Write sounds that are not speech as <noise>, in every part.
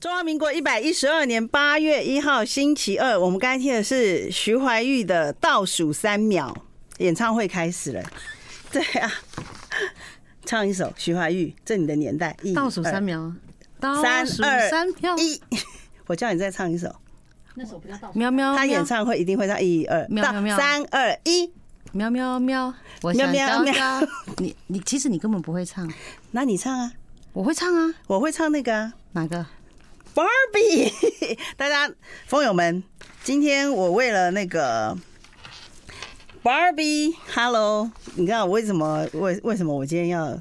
中华民国一百一十二年八月一号星期二，我们刚才听的是徐怀钰的《倒数三秒》，演唱会开始了。 <laughs> 对啊，唱一首徐怀钰《这你的年代》，一倒数三，秒，倒二数三二三秒，哦一。 <laughs> 我叫你再唱一首，喵喵，他演唱会一定会唱一二，喵喵喵到三二一。喵喵喵，我想喵喵高喵高。你你其实你根本不会唱，那你唱啊，我会唱啊，我会唱那个啊。哪个？ Barbie，大家风友们，今天我为了那个 Barbie，Hello，你知道我为什么为为什么我今天要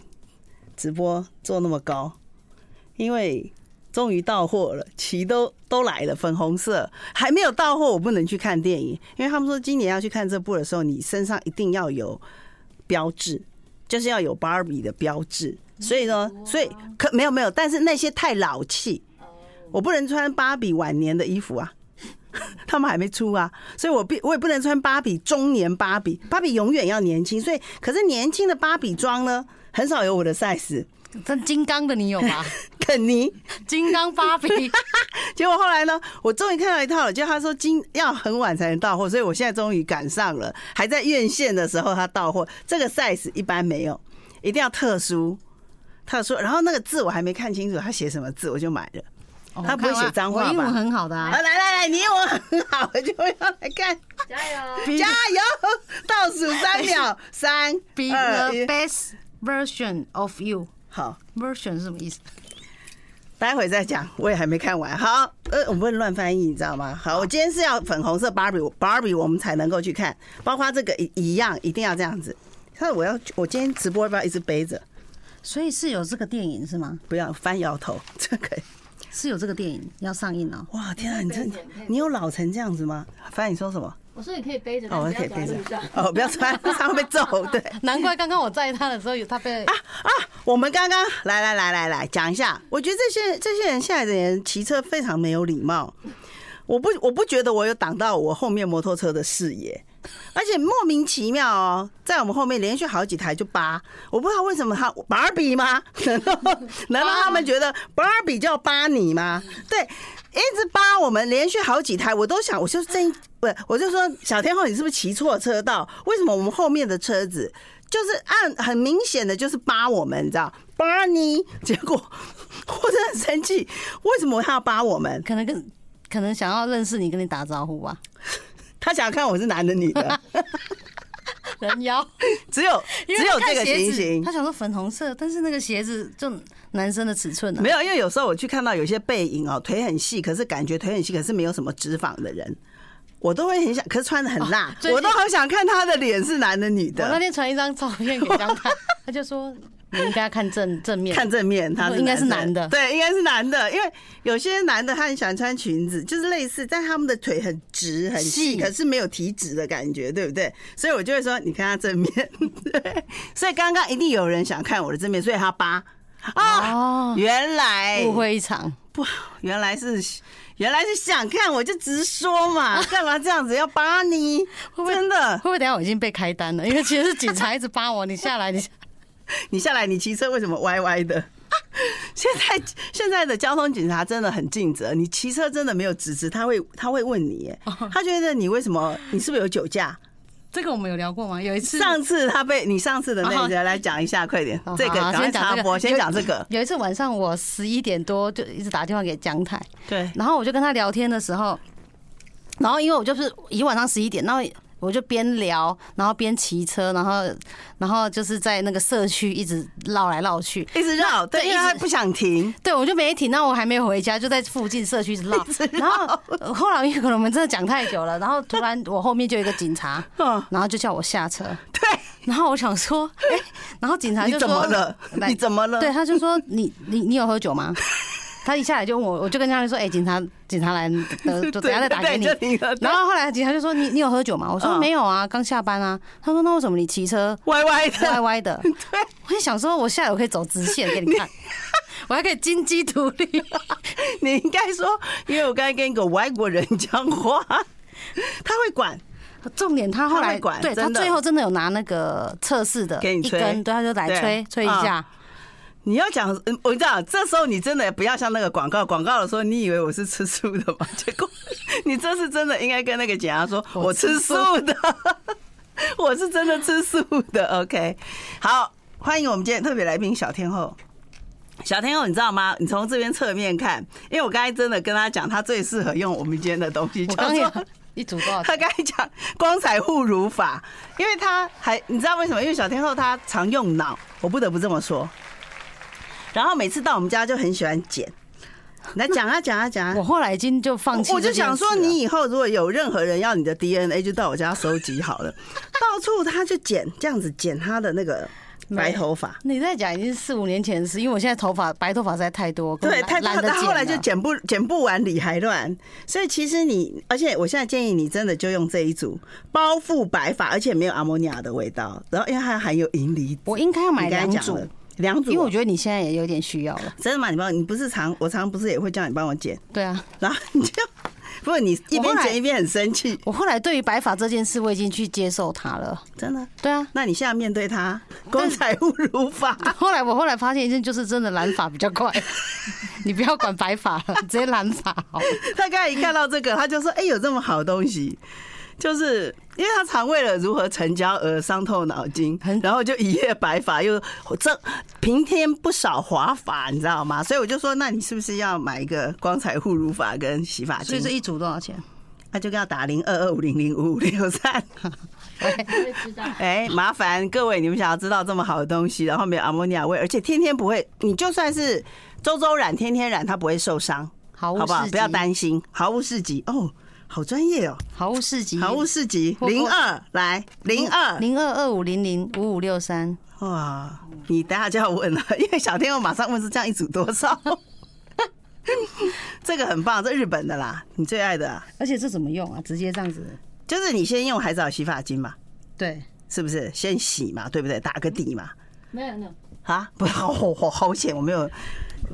直播做那么高？因为终于到货了，旗都都来了，粉红色还没有到货，我不能去看电影，因为他们说今年要去看这部的时候，你身上一定要有标志，就是要有 Barbie 的标志。所以呢，所以可没有没有，但是那些太老气，我不能穿芭比晚年的衣服啊， <laughs> 他们还没出啊，所以我必我也不能穿芭比中年芭比，芭比永远要年轻，所以可是年轻的芭比装呢，很少有我的 size，但金刚的你有 <laughs> 吗？肯尼。金刚芭比， <laughs> 结果后来呢，我终于看到一套了，就他说今要很晚才能到货，所以我现在终于赶上了，还在院线的时候他到货，这个 size 一般没有，一定要特殊。特殊，然后那个字我还没看清楚，他写什么字我就买了。哦他不会写脏话吧我英文很好的啊啊，来，来来，你我很好，我就要来看。加油！倒数三 <laughs> 秒，三、 ，Be 二、<laughs> the 一， best version of you。好， version 是什么意思？待会再讲，我也还没看完。好，呃，我不能乱翻译，你知道吗？好，我今天是要粉红色 Barbie Barbie，我们才能够去看，包括这个一一样，一定要这样子。看我要，我今天直播要不要一直背着？所以是有这个电影是吗？不要翻摇头，这个是有这个电影要上映哦。哇，天啊，你这你有老成这样子吗？翻，你说什么？我说你可以背着，哦，我但可以是不背要着走在路 <laughs> 上。，哦，不要 <laughs> 穿，路上会被揍。对，难怪刚刚我载他的时候，有他被啊啊！我们刚刚来来来来来讲一下，我觉得这些这些人现在的人骑车非常没有礼貌。我不我不觉得我有挡到我后面摩托车的视野，而且莫名其妙哦，在我们后面连续好几台就扒，我不知道为什么他芭比吗？ <laughs> 难道难道他们觉得芭比叫扒你吗？对，一直扒我们，连续好几台，我都想，我就这一不，我就说小天后，你是不是骑错车道？为什么我们后面的车子就是按很明显的就是扒我们，你知道扒你？ <laughs> 结果我真的很生气，为什么他要扒我们？可能跟可能想要认识你，跟你打招呼吧。他想要看我是男的女的，人妖，只有因为只有他这看个鞋情子形他。想说粉红色，但是那个鞋子就男生的尺寸啊没。有，因为有时候我去看到有些背影哦，腿很细，可是感觉腿很细，可是没有什么脂肪的人，我都会很想，可是穿的很辣，哦最近我都好想看他的脸是男的女我那的，天传一张照片给张看，他就说你应该看正正面，看正面他应该是生男的对，应该是男的，因为有些男的他很喜欢穿裙子，就是类似，但他们的腿很直很细，细可是没有体脂的感觉，对不对？所以我就会说，你看他正面， <laughs> 对，所以刚刚一定有人想看我的正面，所以他扒啊，哦，原来误会一场。不， <laughs> 原来是原来是想看，我就直说嘛， <laughs> 干嘛这样子要扒你？真的会，不会等一下我已经被开单了？因为其实是警察一直扒我，你下来，你下你下来，你骑车为什么歪歪的？ <laughs> 现在现在的交通警察真的很尽责，你骑车真的没有直直，他会他会问你耶，哦他觉得你为什么你是不是有酒驾？这个我们有聊过吗？有一次上次他被你上次的那个哦来讲一下，快点哦，这个好好赶快先讲插这个播，先讲这个，有一次晚上我十一点多就一直打电话给江太，对，然后我就跟他聊天的时候，然后因为我就是已经晚上十一点，然后我就边聊，然后边骑车，然后然后就是在那个社区一直绕来绕去，一直绕，对，对因为一直他不想停，对，我就没停，那我还没有回家，就在附近社区一 <laughs> 直绕。啊然后呃后来因为可能我们真的讲太久了，然后突然我后面就有一个警察，嗯，然后就叫我下车。 <laughs> 对，然后我想说，哎、然后警察你就说怎么了？来你怎么了？对，他就说你 <laughs> 你你有喝酒 <laughs> 吗？他一下来就问我，我就跟他说，哎、警察警察 <laughs> 来，等呃就等下再打给你。对对对然后后来警察就说你你有喝酒吗？我说嗯没有啊，刚下班啊。他说那为什么你 <laughs> 骑车歪歪歪的，歪的？对，我就想说，我下来我可以走直线给你 <laughs> 看，我还可以金鸡独立。你应该说，因为我刚才跟一个外国人讲话，他会管，重点他后他来会管对他真的最后真的有拿那个测试的给你一吹根，对他就来对吹吹一下。你要讲，嗯我跟你讲，这时候你真的不要像那个广告，广告的时候你以为我是吃素的嘛？结 <laughs> 果你这是真的应该跟那个检查说，我吃素的， <laughs> 我是真的吃素的。OK，好，欢迎我们今天特别来宾小天后。小天后，你知道吗？你从这边侧面看，因为我刚才真的跟他讲，他最适合用我们今天的东西，我叫刚做也 <laughs> 一组多 <laughs> 少他钱？刚才讲光彩护乳法，因为他还你知道为什么？因为小天后她常用脑，我不得不这么说。然后每次到我们家就很喜欢剪，来讲啊讲啊讲啊我。后来已经就放弃我这就件事了。啊想说，你以后如果有任何人要你的 DNA，就到我家收集好了。 <laughs> 到处他就剪，这样子剪他的那个白头发。你在讲已经是四五年前的事，因为我现在头发白头发实在太多，根本对，他懒他懒得他后来了就剪不剪不完，理还乱。所以其实你，而且我现在建议你真的就用这一组包覆白发，而且没有阿莫尼亚的味道。然后因为它含有银离，我应该要买你刚才两讲组了，两组哦，因为我觉得你现在也有点需要了。真的吗？你帮我，你不是常我常不是也会叫你帮我剪，对啊，然后你就不过你一我后边来剪一边很生气，我后来对于白发这件事，我已经去接受它了。真的。对啊，那你现在面对他，光彩 <laughs> 不如法。后来我后来发现一件，就是真的染发比较快， <laughs> 你不要管白发了，直接染发好了。 <laughs> 他刚才一看到这个，他就说：“哎、有这么好东西。”就是因为他常为了如何成交而伤透脑筋很，然后就一夜白发，又这平添不少华发，你知道吗？所以我就说，那你是不是要买一个光彩护乳法跟洗发所以精这？一组多少钱？那就跟他打零二二五零零五五六三。 <laughs> 会知道。哎，麻烦各位，你们想要知道这么好的东西，然后没有阿莫尼亚味，而且天天不会，你就算是周周染、天天染，它不会受伤，好物好不好？市不要集担心，毫无市集哦，好专业哦。好物市集，好物市集我零二来零二零二二五零零五五六三，哇！你等下就要问了， <laughs> 因为小天我马上问是这样一组多少。 <laughs> 这个很棒，这日本的啦，你最爱的啊、而且这怎么用啊？直接这样子，就是你先用海藻洗发精嘛，对，是不是？先洗嘛，对不对？打个底嘛，没有没有，啊，不 <laughs> 好好好好险，我没有，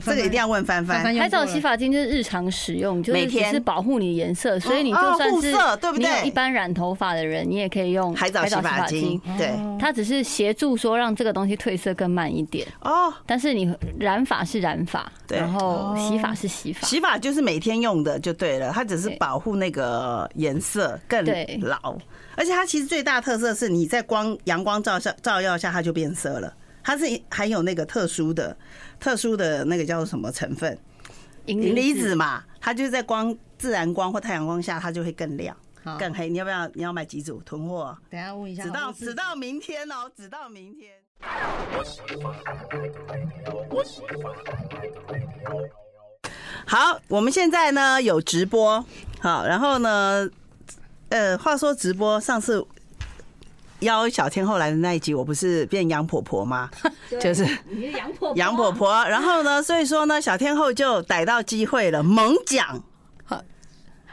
这个一定要问翻翻。海藻洗发精就是日常使用，就每是只天是保护你颜色，所以你哦就算护是色对不你有对一般染头发的人，你也可以用海藻洗发精，嗯对它只是协助说让这个东西褪色更慢一点。哦，但是你染发是染发，对哦然后洗发是洗发，洗发就是每天用的就对了，它只是对保护那个颜色更对老，而且它其实最大特色是你在光阳光照下照耀下它就变色了，它是含有那个特殊的特殊的那个叫什么成分，银银离子嘛，它就是在光自然光或太阳光下它就会更亮好更黑。你要不要你要买几组囤货？等一下问一下直到好物市集直到明天哦，直到明天。好，我们现在呢有直播，好，然后呢，呃，话说直播，上次邀小天后来的那一集，我不是变杨婆婆 <laughs> 吗？就是你是杨婆杨婆婆，然后呢，所以说呢，小天后就逮到机会了，猛讲，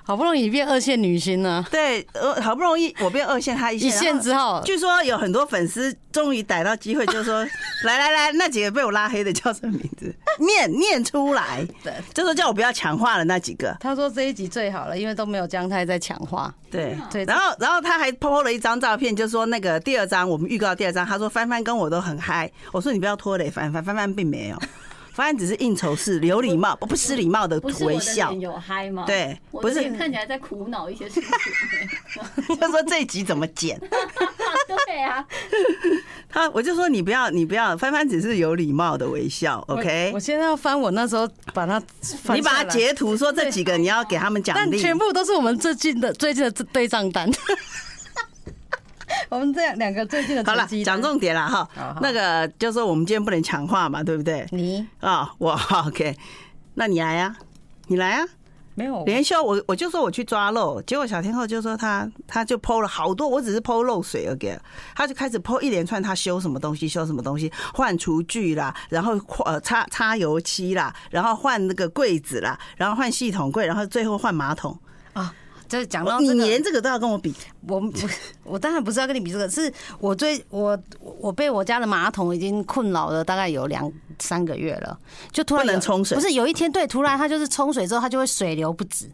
好不容易你变二线女星了，对，呃，好不容易我变二线，她一线，一线之后据说有很多粉丝终于逮到机会，就说来来来，那几个被我拉黑的叫什么名字？念念出来，就说叫我不要强化了那几个。他说这一集最好了，因为都没有姜太在强化。对对然后然后他还 PO 了一张照片，就说那个第二张我们预告第二张，他说帆帆跟我都很嗨，我说你不要拖累帆帆，帆帆并没有，帆帆只是应酬式有礼貌不失礼貌的不是我微的笑脸，有嗨吗？对我不的是脸看起来在苦恼一些 <laughs> 事情。啊 <laughs> 就说这一集怎么剪。对 <laughs> 啊，他我就说你不要你不要，帆帆只是有礼貌的微笑，OK 我我。现在要翻我那时候把它，你把它，截图说这几个你要给他们奖但励，全部都是我们最近的最近的对账单。 <laughs> 我们这两个最近的 <laughs> 好了成绩，单讲重点了哈好好。那个就说我们今天不能强化嘛，对不对？你啊，我 <laughs> OK，那你来呀、你来啊。没有连秀，我我就说我去抓漏，结果小天后就说她她就剖了好多，我只是剖漏水而已，她就开始剖一连串她修什么东西，修什么东西，换厨具啦，然后呃擦擦油漆啦，然后换那个柜子啦，然后换系统柜，然后最后换马桶。啊，就是讲到你这个你连这个都要跟我比，我 <laughs> 我我当然不是要跟你比这个，是我最我我被我家的马桶已经困扰了大概有两三个月了，就突然不能有冲水不是有一天对，突然它就是冲水之后，它就会水流不止，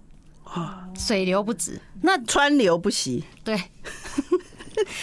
水流不止，那川流不息。对， <laughs>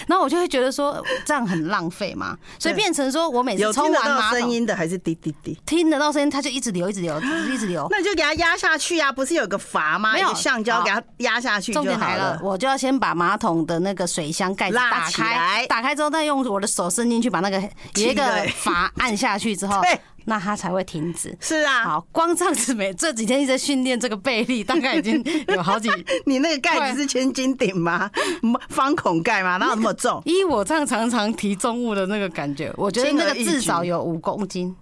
然后我就会觉得说这样很浪费嘛，所以对变成说我每次有冲听得完到马声桶，音的还是滴滴滴？听得到声音，它就一直流，一直流，一直流。那你就给它压下去啊！不是有个阀吗？没有一个橡胶好给它压下去就重点好来了，了。我就要先把马桶的那个水箱盖子拉打起来开，打开之后再用我的手伸进去，把那个有一个清理阀按下去之后 <laughs> 对，那它才会停止。是啊，好，光这样子每这几天一直在训练这个背力，大概已经有 <laughs> 好几。你那个盖子是千斤顶吗？ <laughs> 方孔盖吗？哪有那么重？依我这样常常提重物的那个感觉，我觉得轻那而个易至举少有五公斤，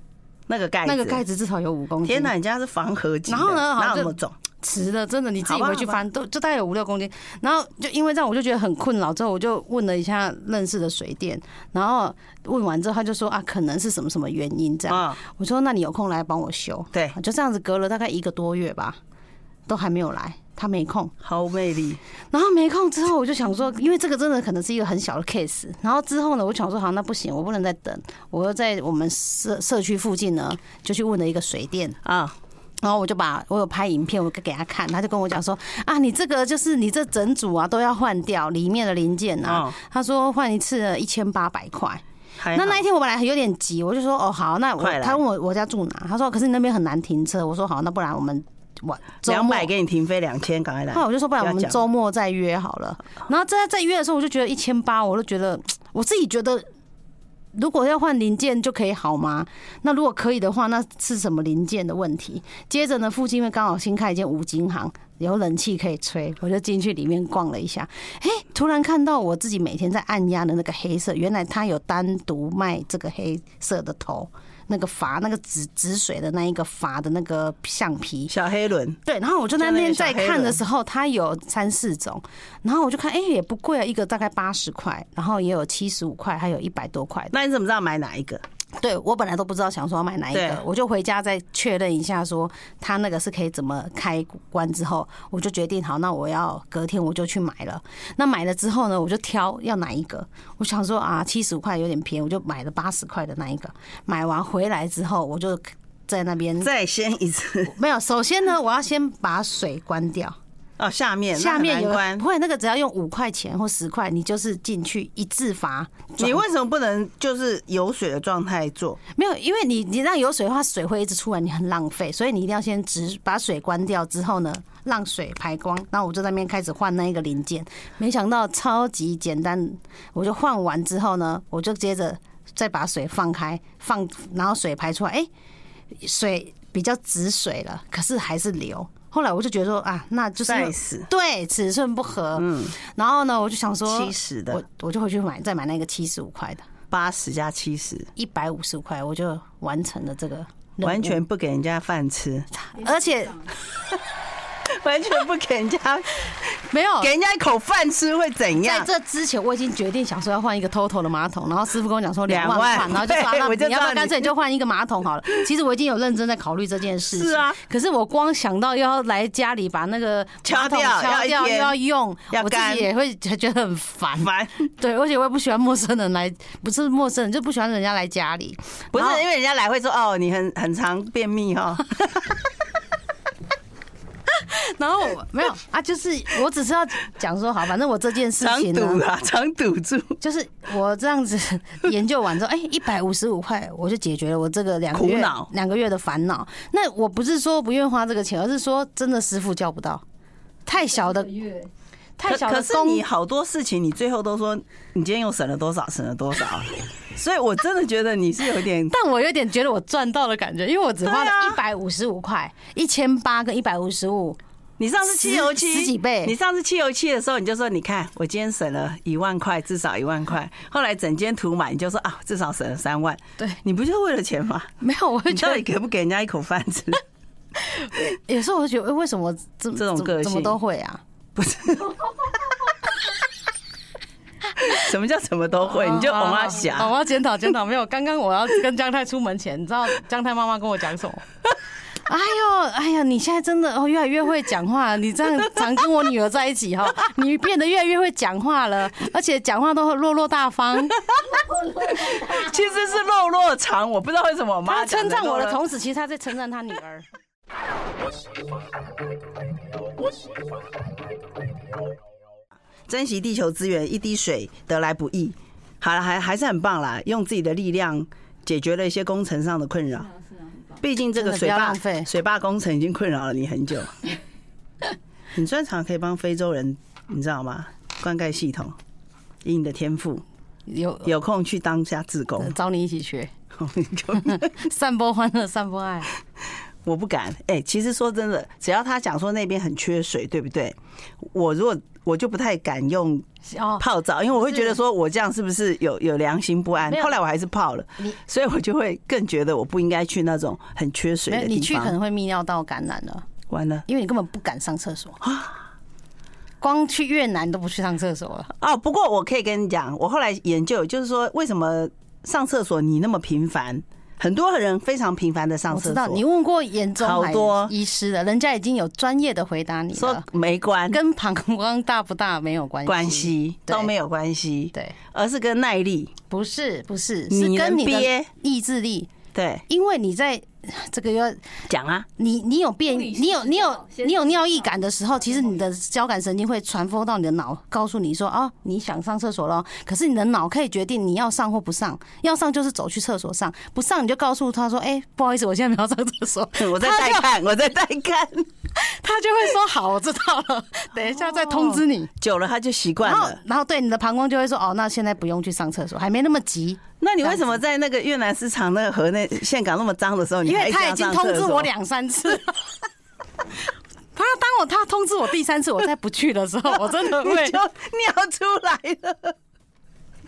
那个盖子，那个盖子至少有五公斤。天哪，你家是防合金的，然后呢好哪有就那么重？瓷的，真的你自好己吧回去好吧翻都就大概有五六公斤。然后就因为这样，我就觉得很困扰，之后我就问了一下认识的水电，然后问完之后他就说啊，可能是什么什么原因这样。啊，我说那你有空来帮我修，对，就这样子隔了大概一个多月吧，都还没有来。他没空，好魅力，然后没空之后，我就想说，因为这个真的可能是一个很小的 case。然后之后呢，我想说，好，那不行，我不能再等。我又在我们社社区附近呢，就去问了一个水电，啊，然后我就把我有拍影片，我给他看，他就跟我讲说啊，你这个就是你这整组啊都要换掉里面的零件啊哦。他说换一次一千八百块。还那好那一天我本来有点急，我就说哦好，那我快来他问我我家住哪，他说可是你那边很难停车，我说好，那不然我们我周两末哦百给你停飞两千，赶快来后来。我就说，不然我不们要讲周末再约好了。然后在在约的时候，我就觉得一千八，我就觉得我自己觉得，如果要换零件就可以好吗？那如果可以的话，那是什么零件的问题？接着呢，附近因为刚好新开一间五金行，有冷气可以吹，我就进去里面逛了一下。哎，突然看到我自己每天在按压的那个黑色，原来它有单独卖这个黑色的头。那个阀，那个止止水的那一个阀的那个橡皮，小黑轮，对，然后我就在那边在看的时候，它有三四种，然后我就看，哎、也不贵啊，一个大概八十块，然后也有七十五块，还有一百多块。那你怎么知道买哪一个？对我本来都不知道想说要买哪一对个，我就回家再确认一下，说它那个是可以怎么开关之后，我就决定好，那我要隔天我就去买了。那买了之后呢，我就挑要哪一个，我想说啊，七十五块有点便宜，我就买了八十块的那一个。买完回来之后，我就在那边再掀一次没有，首先呢，我要先把水关掉。哦，下面下面有那很难不关。会那个，只要用五块钱或十块，你就是进去一字罚。你为什么不能就是有水的状态做？没有，因为你你让有水的话，水会一直出来，你很浪费，所以你一定要先直把水关掉之后呢，让水排光。然后我就在那边开始换那一个零件，没想到超级简单，我就换完之后呢，我就接着再把水放开，放然后水排出来，哎、水比较止水了，可是还是流。后来我就觉得说啊，那就是因为再死对尺寸不合，嗯，然后呢，我就想说七十我的，我就回去买再买那个七十五块的，八十加七十，一百五十块，我就完成了这个任务完，全不给人家饭吃，而且完全不给人家，没有给人家一口饭吃会怎在样？这之前，我已经决定想说要换一个 TOTO 的马桶，然后师傅跟我讲说两万块，两万然后就说 <laughs> 啊对那我就你要不知道要你干脆你就换一个马桶好了。其实我已经有认真在考虑这件事情， <laughs> 是啊，可是我光想到要来家里把那个马桶敲掉敲要一掉又天要用，要我自干己也会觉得很烦，烦，对，而且我也不喜欢陌生人来，不是陌生人就不喜欢人家来家里，不是然后因为人家来会说哦，你很很常便秘哦， <laughs> 然后我没有啊，就是我只是要讲说，好，反正我这件事常情堵呢， <laughs> 啊，常堵住，就是我这 <laughs> 样子研究完之后，哎，一百五十五块，我就解决了我这个两个苦月恼两个月的烦恼。那我不是说不愿意花这个钱，而是说真的师傅叫不到，太小的太可小可的是工你好多事情，你最后都说你今天又省了多少，省了多少， <laughs> 所以我真的觉得你是有 <laughs> 点但我有点觉得我赚到的感觉，因为我只 <laughs> 花了对啊一百五十五块，一千八跟一百五十五，你上次十漆油漆十几倍你上次漆油漆的时候，你就说你看我今天省了一万块，至少一万块。后来整间涂满，你就说啊，至少省了三万。对你不就为了钱吗？没有，我会你觉到得底给不给人家一口饭吃？有时候我就觉得，哎为什么我这这种怎么个怎么性都会啊？不是， <laughs> 什么叫什么都会？你 <laughs> 就好哄好他好侠啊好，我要检讨检讨。没有，刚刚我要跟江太出门前，你知道江太妈妈跟我讲 <laughs> 什么？哎呦，哎呀，你现在真的哦，越来越会讲话了。你这样常跟我女儿在一起哈，你变得越来越会讲话了，而且讲话都落落大方。其实是肉落肠。我不知道为什么我妈她称赞我的同。同时，其实她在称赞她女儿。珍惜地球资源，一滴水得来不易。好了，还还是很棒啦，用自己的力量解决了一些工程上的困啊扰。毕竟这个真的不水要坝浪费水坝工程已经困扰了你很 <laughs> 久。你专长可以帮非洲人，你知道吗？灌溉系统，以你的天赋，有 <laughs> 有空去当下志 <laughs> 工。呃找你一起学，你就散播欢乐，散播爱。我不敢。哎、其实说真的，只要他讲说那边很缺水，对不对？我如果我就不太敢用哦，泡澡，因为我会是觉得说我这样是不是有有良心不安没？有后来我还是泡了你，所以我就会更觉得我不应该去那种很缺水没有的你地去可方。能会泌尿道感染了，完了因为你根本不敢上厕所。啊光去越南都不去上厕所了，哦，不过我可以跟你讲，我后来研究就是说，为什么上厕所你那么频繁？很多人非常频繁的上我厕知道你所，问过眼中好多医师的，人家已经有专业的回答你说了，没关跟膀胱大不大没有关系。关系对都没有关系，对，而是跟耐力不是不是，你是能跟你的憋意志力，对因为你在这个要讲啊。你你有便，物理性你有知你有道先你有尿意感的时候，其实你的交感神经会传播到你的脑，告诉你说哦，你想上厕所咯。可是你的脑可以决定你要上或不上，要上就是走去厕所上，不上你就告诉他说，哎、不好意思，我现在没有上厕所。 <laughs> 我在他带就看，我在带 <laughs> 看，他就会说好，我知道 <laughs> 了，等一下再通知你。久了他就习惯然后了。然后对你的膀胱就会说哦，那现在不用去上厕所，还没那么急，那你为什么在那个越南市场那个河内岘港那么脏的时候，你因还为一直他已要经上厕通所知 <laughs> 我两三次了。他当我他通知我第三次我再不去的时候，我真 <laughs> 的你会就尿出来了。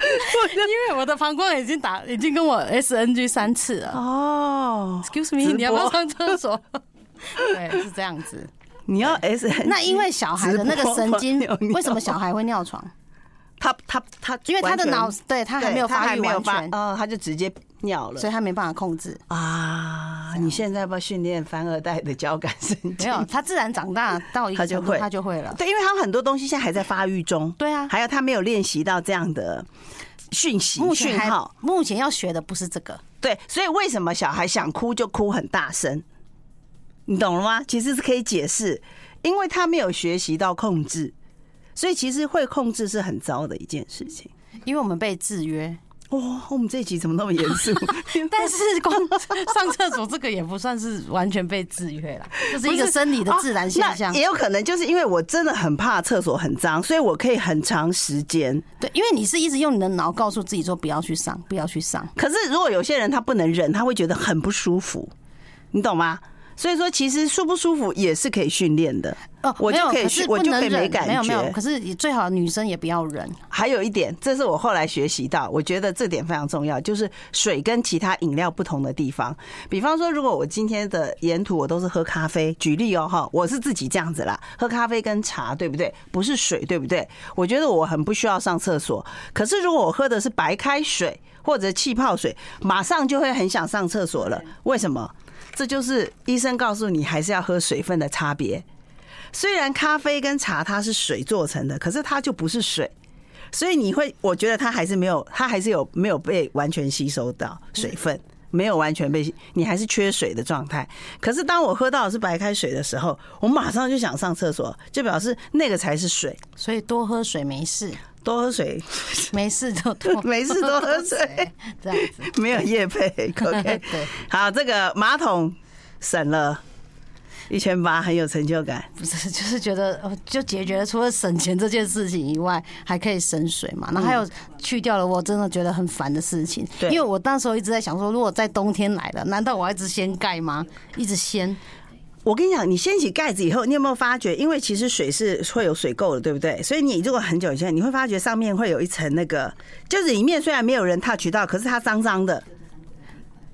因为我的膀胱已经打，已经跟我 S N G 三次了。哦， Excuse 直 me，播你要不要上厕所？ <laughs> 对，是这样 <laughs> 子。 <laughs> 你要 S 那因为小孩的那个神经，为什么小孩会尿床？他他他，因为他的脑对他完全还没有对他发还育没有完发全，哦，他就直接尿所了以他没办法控制。啊！你现在要不要训练凡二代的交感神经？ <laughs> 没有，他自然长大到一他个就程度，会他就会了。对，因为他很多东西现在还在发育中，对啊还有他没有练习到这样的讯息目前讯还号，目前要学的不是这个，对，所以为什么小孩想哭就哭很大声，你懂了吗？其实是可以解释，因为他没有学习到控制，所以其实会控制是很糟的一件事情。因为我们被制约。哇、我们这一集怎么那么严肃？ <laughs> 但是光 <laughs> 上厕所这个也不算是完全被制 <laughs> 约了，就是一 <laughs> 不个是生理的自然现哦象那。也有可能就是因为我真的很怕厕所很脏，所以我可以很长时间。对，因为你是一直用你的脑告诉自己说不要去上，不要去上。可是如果有些人他不能忍，他会觉得很不舒服，你懂吗？所以说，其实舒不舒服也是可以训练的。哦，我就没有可以可去是我不就能可以没忍，感没有没有觉，可是你最好女生也不要忍，还有一点，这是我后来学习到，我觉得这点非常重要，就是水跟其他饮料不同的地方。比方说，如果我今天的沿途我都是喝咖啡，举例哦哈，我是自己这样子啦，喝咖啡跟茶，对不对？不是水，对不对？我觉得我很不需要上厕所。可是如果我喝的是白开水或者气泡水，马上就会很想上厕所了。为什么？这就是医生告诉你还是要喝水分的差别。虽然咖啡跟茶它是水做成的，可是它就不是水。所以你会，我觉得它还是没有，它还是有没有被完全吸收到水分，没有完全被吸，你还是缺水的状态。可是当我喝到的是白开水的时候，我马上就想上厕所，就表示那个才是水。所以多喝水没事，多喝水，没事就 <laughs> 多没事多喝水，这样子。没有夜配。OK，对，好，这个马桶省了一千八，很有成就感。不是 <laughs> 就是觉得呃就解决了除了省钱这件事情以外，还可以省水嘛。然后还有去掉了我真的觉得很烦的事情，嗯对因为我那时候一直在想说，如果在冬天来了，难道我要一直掀盖吗？一直掀，我跟你讲，你掀起盖子以后，你有没有发觉？因为其实水是会有水垢的，对不对？所以你如果很久以前，你会发觉上面会有一层那个，就是里面虽然没有人 touch 到，可是它脏脏的，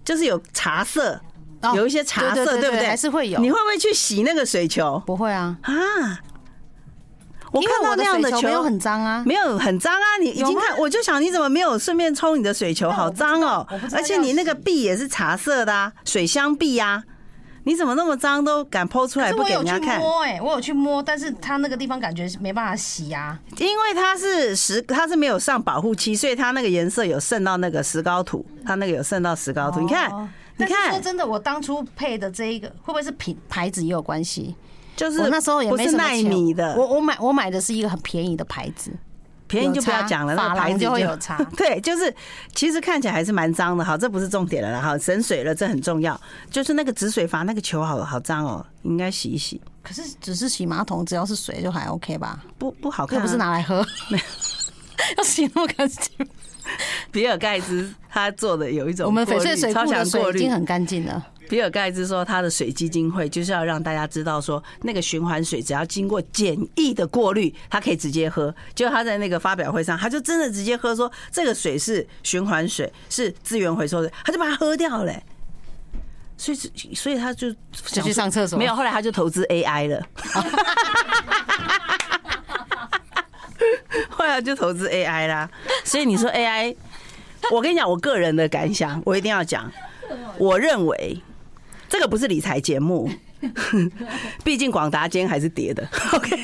就是有茶色，哦有一些茶色，对对对不对？还是会有你会不会去洗那个水球不会啊，啊？我因看为到我那样水的球球没有很脏 <laughs> 啊，没有很脏啊，你已经有吗看，我就想你怎么没有顺便冲你的水球，好脏哦我不！知道而且你那个壁也是茶色的啊，水箱壁啊，你怎么那么脏都敢剖出来可不是我给有人家去看？摸哎、我有去摸，但是它那个地方感觉是没办法洗啊。因为它是石，它是没有上保护漆，所以它那个颜色有渗到那个石膏土，它那个有渗到石膏土。你看哦，你但是说看，真的，我当初配的这一个会不会是品牌子也有关系？就是我那时候也不没是什么纳钱米的，我我买我买的是一个很便宜的牌子，便宜就不要有差讲了，那珐个牌琅子就会有 <laughs> 差对，就是其实看起来还是蛮脏的，好，这不是重点了啦，哈，省水了，这很重要。就是那个止水阀那个球好，好脏哦，应该洗一洗，可是只是洗马桶，只要是水就还 OK 吧，不不好看、又啊。不是拿来 <laughs> 喝，要洗那么干净。比尔盖茨他做的有一种我们过翡滤翠水超库强的过水已滤经。很干净了， <laughs> 比尔盖茨说他的水基金会就是要让大家知道说，那个循环水只要经过简易的过滤，他可以直接喝。结果他在那个发表会上，他就真的直接喝说这个水是循环水，是资源回收的，他就把它喝掉了欸、所以是，所以他就就想去说上厕所。没有，，后来他就投资 AI <laughs> 了。后来就投资 AI 啦，所以你说 AI，我跟你讲，我个人的感想，我一定要讲。我认为这个不是理财节目，毕竟广达今天还是跌的。OK，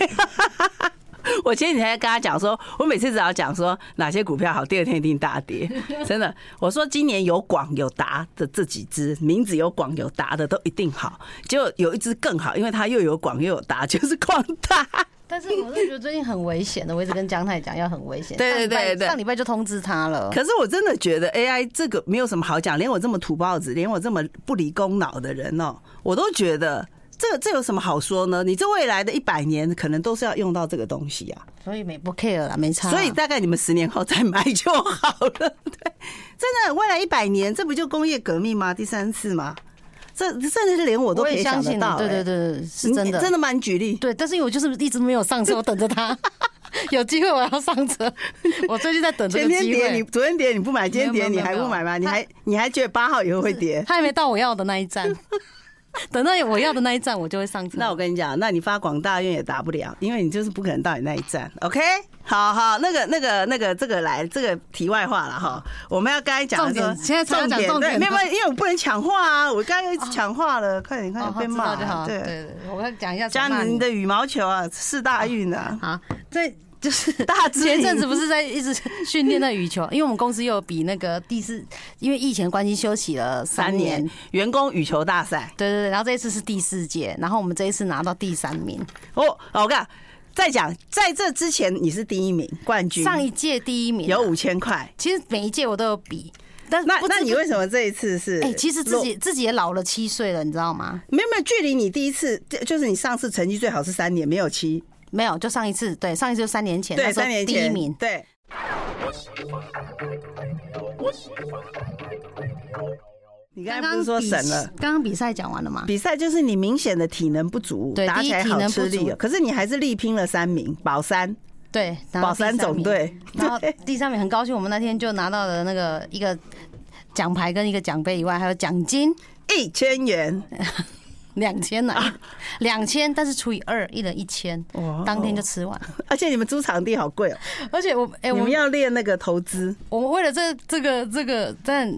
我 <laughs> 前几天跟他讲说，我每次只要讲说哪些股票好，第二天一定大跌。真的，我说今年有广有达的这几只，名字有广有达的都一定好。结果有一只更好，因为它又有广又有达， <laughs> 就是广达。但是我是觉得最近很危险的，我一直跟江太讲要很危险。对对上礼拜对对上礼拜就通知他了。可是我真的觉得 AI 这个没有什么好讲，连我这么土包子，连我这么不理工脑的人哦、我都觉得这这有什么好说呢？你这未来的一百年可能都是要用到这个东西啊，所以没不 care 啦，没差啦。所以大概你们十年后再买就好了。 <laughs> 对，真的，未来一百年，这不就工业革命吗？第三次吗？这甚至是连我都我可也以相想得信到、你对对对，对是真的，真的吗？你举例，对。但是因为我就是一直没有上车，我等 <laughs> 着他有机会我要上车。 <laughs> 我最近在等这前个天机跌你，会。昨天跌你不买，今天没有跌没你有还没有不买吗？你他还你还觉得八号以后会跌？他还没到我要的那一站，等到我要的那一站，我就会上车。 <laughs> 那我跟你讲，那你发广大院也达不了，因为你就是不可能到你那一站。OK，好好，那个、那个、那个，这个来，这个题外话了哈。我们要刚才讲的重点说现在才要讲重对点没有，没有因为我不能抢话啊，我刚刚又一直抢话了，快点，快哦点，被知骂道就好。对对，对，对我要讲一下谁加骂你你哦的羽毛球啊，四大运啊，好，这就是 <laughs> 大致前阵子不是在一直 <laughs> 训练那羽球，因为我们公司又有比那个第四，因为疫情的关系休息了三三年年。员工羽球大赛。对对对，然后这一次是第四届，然后我们这一次拿到第三名，哦，我跟你讲，再讲，在这之前你是第一名冠军，上一届第一名啊有五千块。其实每一届我都有比，但那不知那你为么？什么这一次是？哎、其实自己自己也老了七岁了，你知道吗？没有没有，距离你第一次就就是你上次成绩最好是三年，没有七，没有，就上一次，对，上一次就三年前，对，那时候三年第前一名。对。你刚才不是说比省了？刚刚比赛讲完了吗？比赛就是你明显的体能不足，对打第一起来体好能吃不力足哦。可是你还是力拼了三名，保三，对，拿到保第三三总名。队。 <laughs> 然后第三名很高兴，我们那天就拿到了那个一个奖牌跟一个奖杯以外，还有奖金 <laughs> 一千元，两千呢， <laughs> 两千，但是除以二，一人一千哇哦，当天就吃完了。而且你们租场地好贵哦，而且我你哎，我们要练那个投资，我们为了这这个这个，但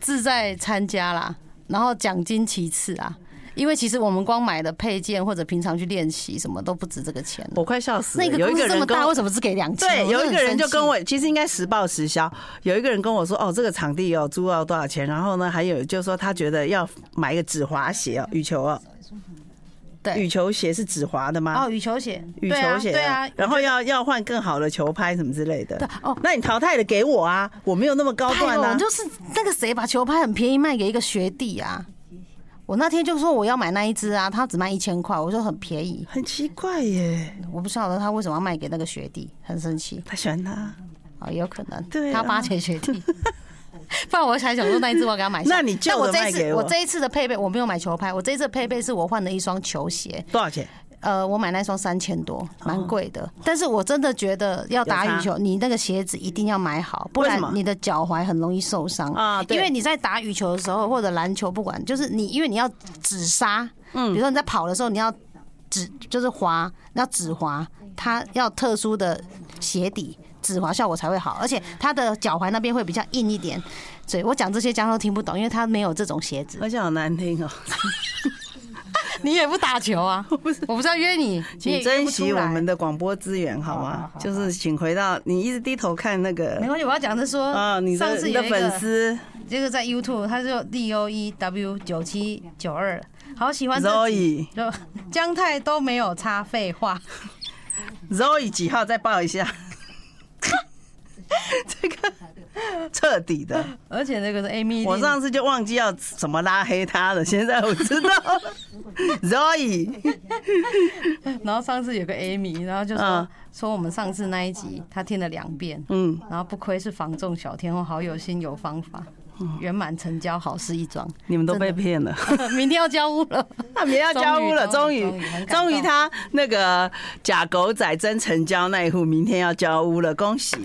志在参加啦，然后奖金其次啊，因为其实我们光买的配件或者平常去练习什么都不值这个钱了。我快笑死了。那个有一公司个这么人跟大，我为什么只给两千？对，我真的有一个人很就生气跟我，其实应该实报实销。有一个人跟我说，哦，这个场地哦，租要多少钱？然后呢，还有就是说他觉得要买一个止滑鞋哦，羽球哦，对羽球鞋是止滑的吗哦？羽球鞋，羽球鞋对啊，对啊然后要要换更好的球拍什么之类的对。哦那你淘汰的给我啊，我没有那么高还段有啊。哎就是那个谁把球拍很便宜卖给一个学弟啊，我那天就说我要买那一只啊，他只卖一千块，我说很便宜，很奇怪耶，我不晓得他为什么要卖给那个学弟，很生气。他喜欢他。啊，有可能，对啊他巴结 <laughs> 学弟。不然我才想说那一只我要给他买下来。那你旧的但我这一卖给次我我这一次的配备我没有买球拍，我这一次的配备是我换了一双球鞋。多少钱？呃，我买那双三千哦多，蛮贵的。但是我真的觉得要打羽球，你那个鞋子一定要买好，不为然什么你的脚踝很容易受伤啊对因为你在打羽球的时候，或者篮球，不管就是你，因为你要止杀，嗯，比如说你在跑的时候，你要止就是滑，要止滑，它要特殊的鞋底。止滑效果才会好，而且它的脚踝那边会比较硬一点。 <laughs> 所以我讲这些，江都听不懂，因为他没有这种鞋子。而且好难听哦。你也不打球啊？ <laughs> 我不是，我不是要约你，你请也约不珍惜出我来们的广播资源，好好好吗好？就是请回到你一直低头看那个没关系，我要讲的是说，啊，你上的次你有的一粉个丝这个在 YouTube，他就 D O E W 九七九二，好喜欢这集。 Zoe 就姜太都没有插废话， <laughs> Zoe 几号再报一下， <laughs> 这个彻底的。而且那个是 Amy，我 Lin 上次就忘记要怎么拉黑他了，现在我 <laughs> 知道了 Zoe 然后上次有个 Amy，然后就说、嗯说我们上次那一集他听了两遍，嗯，然后不亏是房仲小天后，好有心有方法，圆满成交，好事一桩。你们都被骗了。 <laughs> 明天要交屋了， <laughs> 他啊们要交屋了，终终于于终于很，感动终于他那个假狗仔真成交那一户，明天要交屋了，恭喜！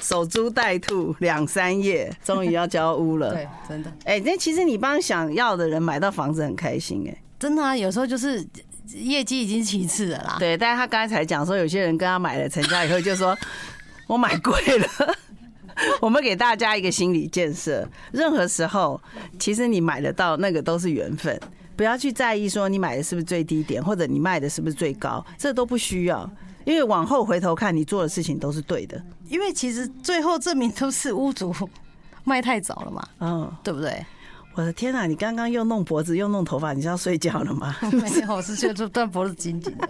守株待兔两三夜，终于要交屋了。 <laughs> 对，真的哎，那其实你帮想要的人买到房子很开心哎、真的啊，有时候就是业绩已经其次了啦。对，但是他刚才讲说，有些人跟他买了成交以后就说，我买贵了。 <laughs> 我们给大家一个心理建设，任何时候，其实你买得到那个都是缘分，不要去在意说你买的是不是最低点，或者你卖的是不是最高，这都不需要，因为往后回头看，你做的事情都是对的。因为其实最后证明都是屋主卖太早了嘛， <laughs> 嗯，对不对？我的天哪、啊你刚刚又弄脖子又弄头发，你是要睡觉了吗？没有，我是觉得断脖子紧紧的。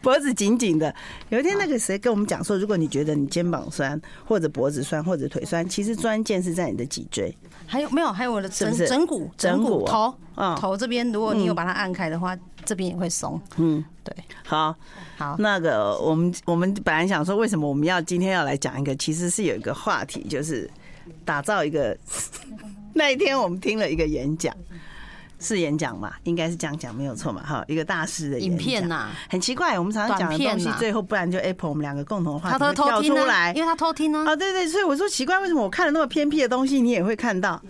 脖子紧紧的。有一天，那个谁跟我们讲说，如果你觉得你肩膀酸，或者脖子酸，或者腿酸，其实关键是在你的脊椎。还有没有？还有我的 <laughs> 是枕不是枕骨、枕骨骨头嗯头这边，如果你有把它按开的话，这边也会松。嗯，对，好，好，那个我们我们本来想说，为什么我们要今天要来讲一个，其实是有一个话题，就是打造一个。 <laughs> 那一天我们听了一个演讲，是演讲嘛？应该是这样讲没有错嘛？哈，一个大师的演讲影片啊呐，很奇怪，我们常常讲的东短片西呐，最后不然就 Apple 我们两个共同的话他题都会偷跳听出啊，来因，为他偷听啊。啊，对对，所以我说奇怪，为什么我看了那么偏僻的东西，你也会看到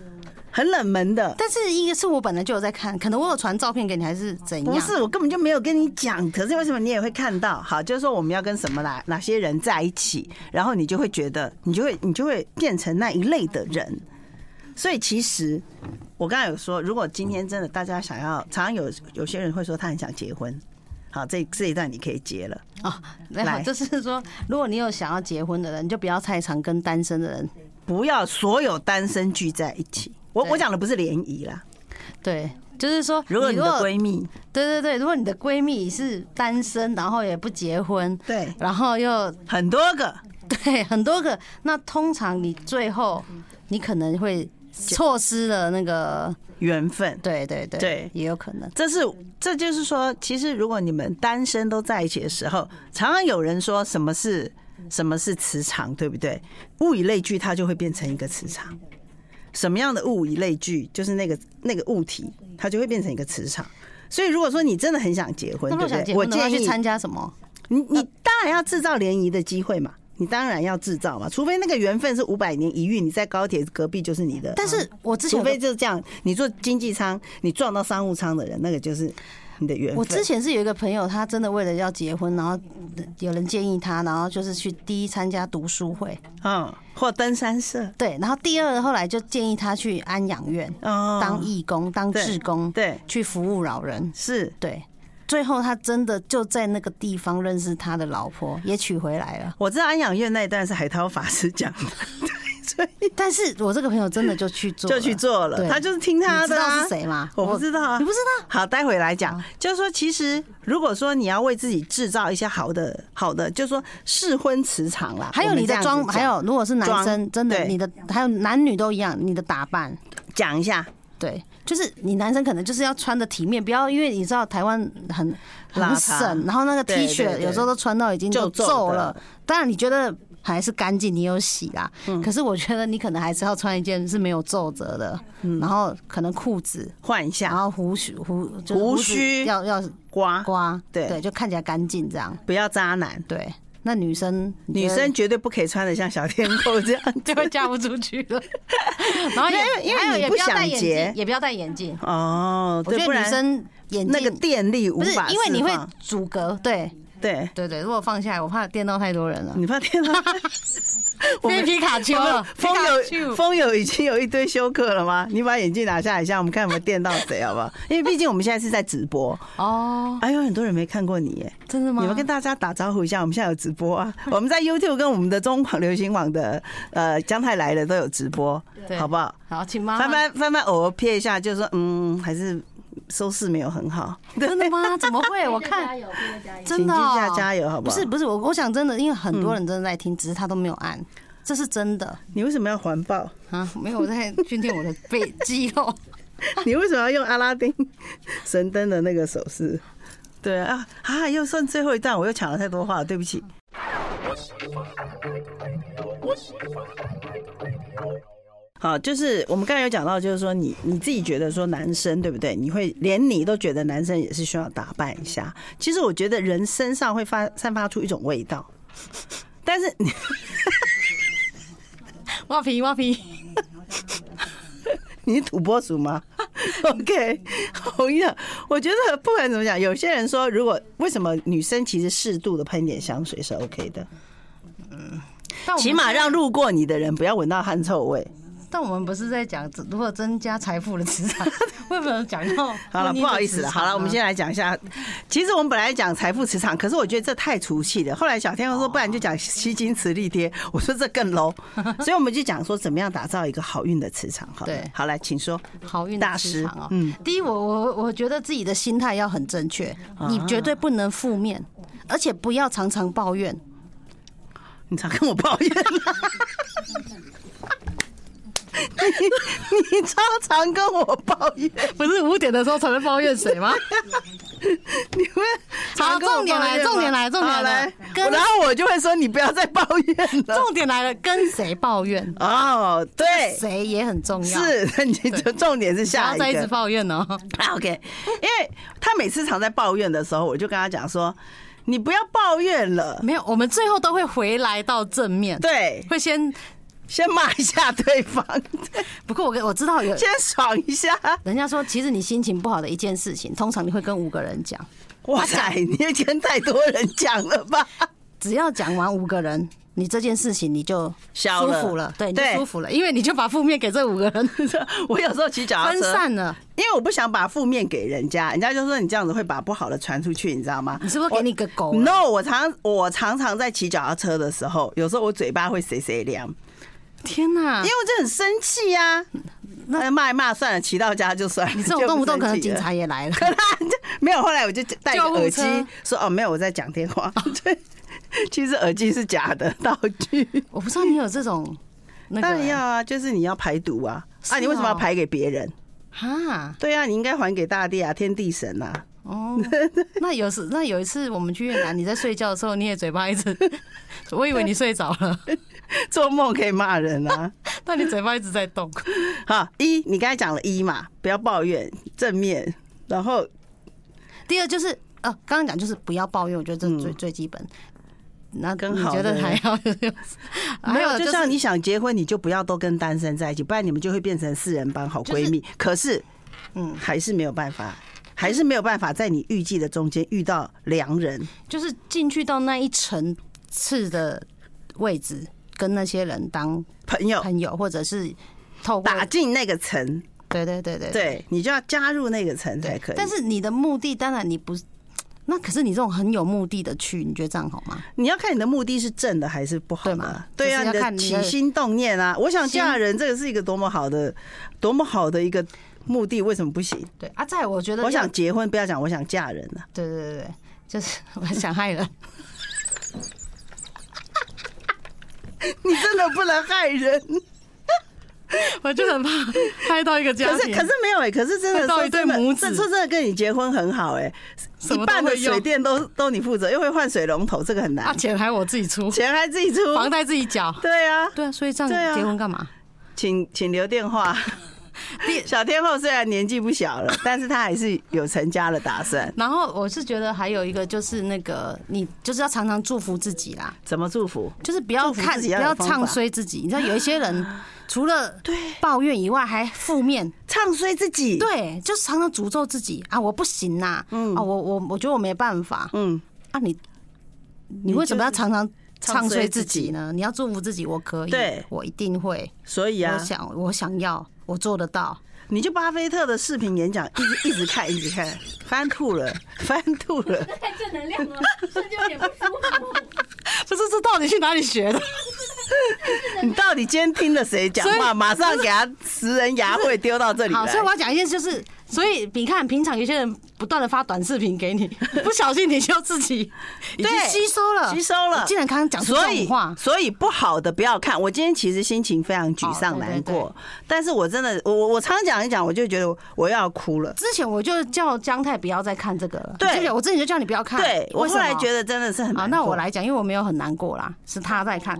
很冷门的？但是一个是我本来就有在看，可能我有传照片给你，还是怎样？不是，我根本就没有跟你讲，可是为什么你也会看到？好，就是说我们要跟什么哪哪些人在一起，然后你就会觉得，你就会你就会变成那一类的人。所以其实我刚才有说，如果今天真的大家想要，常常有有些人会说他很想结婚，好，这这一段你可以结了。啊，没有，来就是说，如果你有想要结婚的人，你就不要太常跟单身的人。不要所有单身聚在一起，我对我讲的不是联谊啦。对，就是说，如果你的对闺蜜对对，如果你的闺蜜是单身，然后也不结婚，对然后又很多个，对，很多个。那通常你最后你可能会错失了那个，缘分。对对对，对也有可能。这是，这就是说，其实如果你们单身都在一起的时候，常常有人说什么是什么是磁场，对不对？物以类聚，它就会变成一个磁场。什么样的物以类聚，就是那个那个物体，它就会变成一个磁场。所以，如果说你真的很想结婚，那如对果不想对？结我婚的话，建去议参加什么？你，你当然要制造联谊的机会嘛，你当然要制造嘛，除非那个缘分是五百年一遇，你在高铁隔壁就是你的。嗯但是我之前除有个非就是这样，你坐经济舱，你撞到商务舱的人，那个就是你的缘分。我之前是有一个朋友，他真的为了要结婚，然后有人建议他，然后就是去第一参加读书会，嗯，或登山社对，然后第二后来就建议他去安养院哦，当义工、当志工，对去服务老人，是对。最后他真的就在那个地方认识他的老婆，也娶回来了。我知道安养院那一段是海涛法师讲的，但是我这个朋友真的就去做了，就去做了。对他就是听他你知的、道啊，是谁吗？我不知道啊你。不知道？好，待会来讲，就是说，其实如果说你要为自己制造一些好的、好的，就是说适婚磁场啦，还有我们你这的样子妆，讲还有如果是男生，妆真的对你的还有男女都一样，你的打扮，讲一下，对，就是你男生可能就是要穿的体面，不要因为你知道台湾很邋很遢省，然后那个 T 对对恤对有时候都穿到已经都就皱皱的嗯了。当然你觉得还是干净，你有洗啦，可是我觉得你可能还是要穿一件是没有皱褶的，嗯然后可能裤子，换一然下后胡须胡就是胡胡子须要要刮，刮，对对，就看起来干净这样。不要渣男。对，那女生女生绝对不可以穿的像小天后这样， <laughs> 就会嫁不出去 <laughs> 了，然后也因为还有你也不要想戴眼结镜，也不要戴眼镜。哦，我觉对，不得女然生眼镜那个电力无不是法释放，因为你会阻隔，对，对，对对，如果放下来，我怕电到太多人了。 <laughs> 你怕 <laughs> 电到？我非们皮卡丘了， <laughs> 风皮卡友丘风友已经有一堆休克了吗？你把眼镜拿下来一下，我们看有没有电到谁，好不 <laughs> 好？因为毕竟我们现在是在直播，哦，哎呦，很多人没看过你耶。真的吗？你们跟大家打招呼一下，我们现在有直播啊，我们在 YouTube 跟我们的中广流行网的呃姜太来了都有直播，对好不好？好，请妈翻妈。翻翻翻，偶尔瞥一下，就说嗯，还是收视没有很好，真的吗？怎么 <laughs> 会？我看加油，加油加油！真的请哦、记下加油好不不好嗯是不是，我我想真的，因为很多人真的在听，只是他都没有按，这是真的你为什么要环抱？啊！没有我在训练我的背肌肉， <laughs> 你为什么要用阿拉 <laughs> 丁神灯的那个手势？对啊啊！又剩最后一段，我又抢了太多话了，对不起。好，就是我们刚才有讲到，就是说你你自己觉得说男生对不对？你会连你都觉得男生也是需要打扮一下。其实我觉得人身上会发散发出一种味道， <laughs> 但是你挖皮挖皮，你是土拨鼠吗 <laughs> ？OK，我跟你讲，我觉得不管怎么讲，有些人说，如果为什么女生其实适度的喷一点香水是 OK 的，哦但我们起码让路过你的人不要闻到汗臭味。但我们不是在讲如何增加财富的磁场， <laughs> 为什么讲到好了，哦婚姻的不好意思了，磁场啊好呢了，我们先来讲一下。其实我们本来讲财富磁场，可是我觉得这太俗气了。后来小天后哦说，不然就讲吸金磁力贴，我说这更 low，所以我们就讲说怎么样打造一个好运的磁场。好了对好来，请说。好运大嗯大师师场哦。嗯嗯，第一，我我我觉得自己的心态要很正确，你绝对不能负面，而且不要常常抱怨。你常跟我抱怨啦、你你超常跟我抱怨，不是五点的时候才会抱怨谁吗？你会常跟我抱怨吗好重点来重点来重点好来来，跟然后我就会说你不要再抱怨了。 <laughs> 重点来了，跟谁抱怨，哦，对，谁也很重要。，是，那你就重点是不下要一再一直个。抱怨哦。啊 OK，因为他每次常在抱怨的时候，我就跟他讲说，你不要抱怨了，没有，我们最后都会回来到正面，对，会先。先骂一下对方，对不过我跟我知道有先爽一下。人家说，其实你心情不好的一件事情，通常你会跟五个人讲，哇塞， <laughs> 你也跟太多人讲了吧？只要讲完五个人，你这件事情你就消舒了服了，对，你就对舒服了，因为你就把负面给这五个 <laughs> 人我有时候骑脚踏分车，散了。因为我不想把负面给人家，人家就说你这样子会把不好的传出去，你知道吗？你是不是给你个狗啊？ No，我常我常常在骑脚踏车的时候，有时候我嘴巴会谁谁啊凉，因天哪！为我就很生气呀、啊。那骂一骂算了，骑到家就算了。你这种动不动可能就警不生气了察也来了。可他就 <laughs> 没有，后来我就戴着救护耳机车说：“哦，没有，我在讲电话。” <laughs> 对，其实耳机是假的道具。我不知道你有这种那个欸当然要啊，就是你要排毒啊啊！是你为什么要哦排给别人？哈对啊，你应该还给大地啊，天地神啊。 <laughs> 哦。那有时那有一次我们去越南，你在睡觉的时候，你也嘴巴 <laughs> 一直，我以为你睡着了，做梦可以骂人啊！但你嘴巴一直在动。好，一你刚才讲了一嘛，不要抱怨，正面。然后第二就是呃，刚刚讲就是不要抱怨，我觉得这是最最基本。那嗯跟你好觉的得人还要没还有，就就是像你想结婚，你就不要都跟单身在一起，不然你们就会变成四人帮好闺蜜。可是，嗯，还是没有办法，还是没有办法在你预计的中间遇到良人。就是进去到那一层次的位置，跟那些人当朋友朋友，或者是透过打进那个层，对对对对对你就要加入那个层才可以。但是你的目的，当然你不是，那可是你这种很有目的的去，你觉得这样好吗？你要看你的目的是正的还是不好对嘛嘛？对啊，就是你要看的你的起心动念啊，我想嫁人，这个是一个多么好的、多么好的一个目的，为什么不行？对啊，再我觉得要，我想结婚，不要讲我想嫁人啊了、对，对对对，就是我想害人， <laughs> 你真的不能害 <laughs> 人。 <laughs> 我就很怕害到一个家可是可是没有哎、可是真的会到说一对真的母，这子说真的跟你结婚很好哎、什一么都半的会用水电都都你负责，又会换水龙头，这个很啊，难，钱还我自己出，钱还自己出。房贷自己缴。对啊，对啊，所以这对啊样结婚干嘛？请请留电话。小天后虽然年纪不小了，但是她还是有成家的打算。然后我是觉得还有一个就是那个，你就是要常常祝福自己啦，怎么祝福？就是不要祝福看，自己不要有要方唱法衰自己。你知道有一些 <laughs> 人除了抱怨以外，还负面，唱衰自己。，对，就是嗯常常诅咒自己啊，我不行呐、啊，我我我觉得我没办法，嗯，啊你。你为什么要就是常常唱唱衰衰自自己己呢？你要祝福自己，我可以，对我一定会，所以我啊，想，我想要，我做得到。你就巴菲特的视频演讲，一直一直看，一直看，翻吐了， <laughs> 翻吐 <laughs> 了。太哎正能量了，瞬间有点不舒服。不是，这到底去哪里学的？你到底今天听了谁讲所话？马上给他十人牙会丢到这里好，来所以。我要讲一件事，就是，所以你看，平常有些人不断的发短视频给你， <laughs> 不小心你就自己已 <laughs> 经对吸收了，吸收了你竟然刚刚讲出这所种以话，，所以不好的不要看。我今天其实心情非常沮哦丧、对对难过，但是我真的，我我我常常讲一讲，我就觉得我要哭了。之前我就叫姜太不要再看这个了，对你记不记得我之前就叫你不要看，对我为什后么来觉得真的是很好，难那过我来讲，因为我没有很难过啦，是他在看。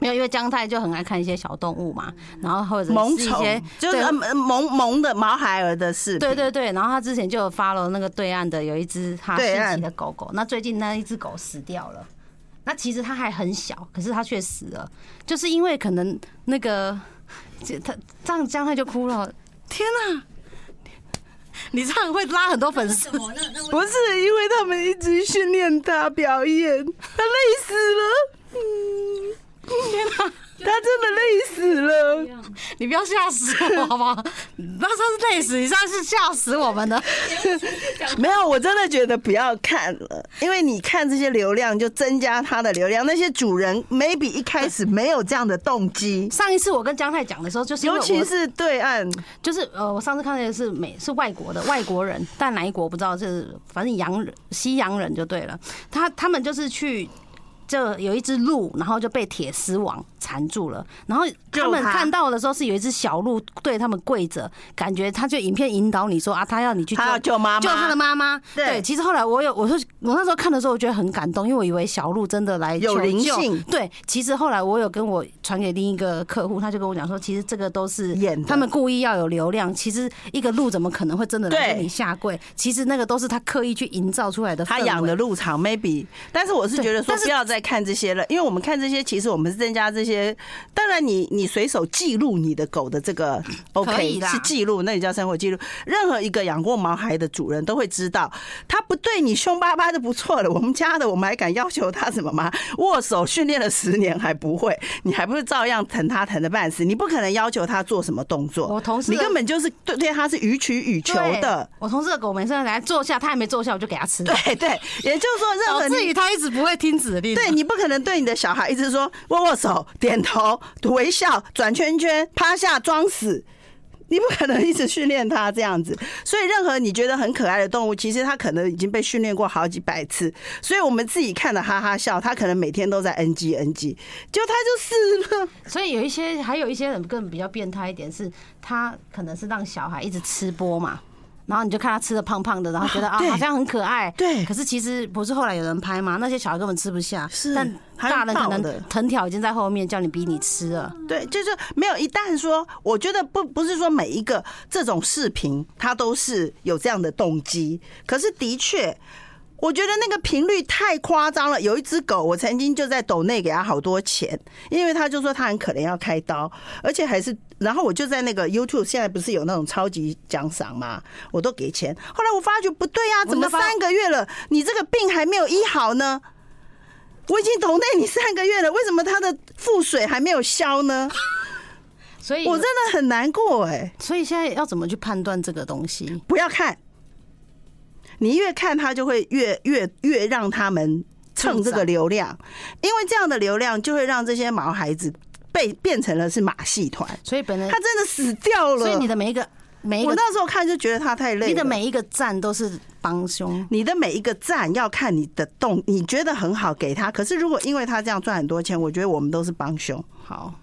没有，因为姜太就很爱看一些小动物嘛，然后或者萌是一些宠，就是对呃萌萌的毛孩儿的事。对对对，然后他之前就有发了那个对岸的有一只哈对士奇岸的狗狗，那最近那一只狗死掉了。那其实它还很小，可是它却死了，就是因为可能那个，这他这样江太就哭了。天哪、你这样会拉很多粉丝。不是因为他们一直训练他表演，他累死了。嗯，他真的累死了。你不要吓死我好不 <laughs> 好？那上是累死，你上次吓死我们的。没有，我真的觉得不要看了，因为你看这些流量就增加他的流量。那些主人 maybe 一开始没有这样的动机，上一次我跟江太讲的时候， <laughs> 就是因为尤我其是对岸，就是呃，我上次看的是美是外国的外国人，但哪一国不知道，就是反正洋人西洋人就对了。他他们就是去。就有一只鹿，然后就被铁丝网缠住了。然后他们救它看到的时候是有一只小鹿对他们跪着，感觉他就影片引导你说啊，他要你去救他要救妈救他的妈，妈妈。对对，其实后来我有，我说我那时候看的时候，我觉得很感动，因为我以为小鹿真的来有求灵救性对，其实后来我有跟我传给另一个客户，他就跟我讲说，其实这个都是演的他们故意要有流量。其实一个鹿怎么可能会真的来对跟你下跪？其实那个都是他刻意去营造出来的氛他围。养的入场 maybe，但是我是对觉得说但是不要再看这些了，因为我们看这些，其实我们是增加这些。当然你，你随手记录你的狗的这个 OK 以啦是记录，那也叫生活记录。任何一个养过毛孩的主人都会知道，他不对你凶巴巴的不错了。我们家的我们还敢要求他什么吗？握手训练了十年还不会，你还不是照样疼他疼的半死？你不可能要求他做什么动作，我同事你根本就是对对他是予取予求的对。。我同事的狗每次来坐下，他还没坐下，我就给他吃。对对，也就是说，任导何你致于他一直不会听指令。啊对你不可能对你的小孩一直说握握手、点头、微笑、转圈圈、趴下装死。你不可能一直训练它这样子，所以任何你觉得很可爱的动物，其实它可能已经被训练过好几百次。所以我们自己看了哈哈笑，它可能每天都在 NG NG，就它就死了。所以有一些，还有一些人更比较变态一点，是他可能是让小孩一直吃播嘛，然后你就看他吃的胖胖的，然后觉得啊对好像很可爱，对可是其实不是后来有人拍嘛，那些小孩根本吃不下，是但还大用人可抱能的藤条已经在后面叫你逼你吃了，对，就是没有。一旦说，我觉得不不是说每一个这种视频它都是有这样的动机，可是的确。我觉得那个频率太夸张了。有一只狗，我曾经就在抖内给它好多钱，因为它就说它很可能要开刀，而且还是，然后我就在那个 YouTube 现在不是有那种超级奖赏嘛，我都给钱。后来我发觉不对呀、我怎么那发三个月了，你这个病还没有医好呢？我已经抖内你三个月了，为什么它的腹水还没有消呢？所以我真的很难过哎、所以现在要怎么去判断这个东西？不要看，你越看它就会越越越让他们蹭这个流量，因为这样的流量就会让这些毛孩子被变成了是马戏团，所以本来他，真的死掉了。所以你的每一个每一我个那时候看就觉得他太累了，你的每一个赞都是帮凶，你的每一个赞要看你的动，你觉得很好给他，可是如果因为他这样赚很多钱，我觉得我们都是帮凶。好。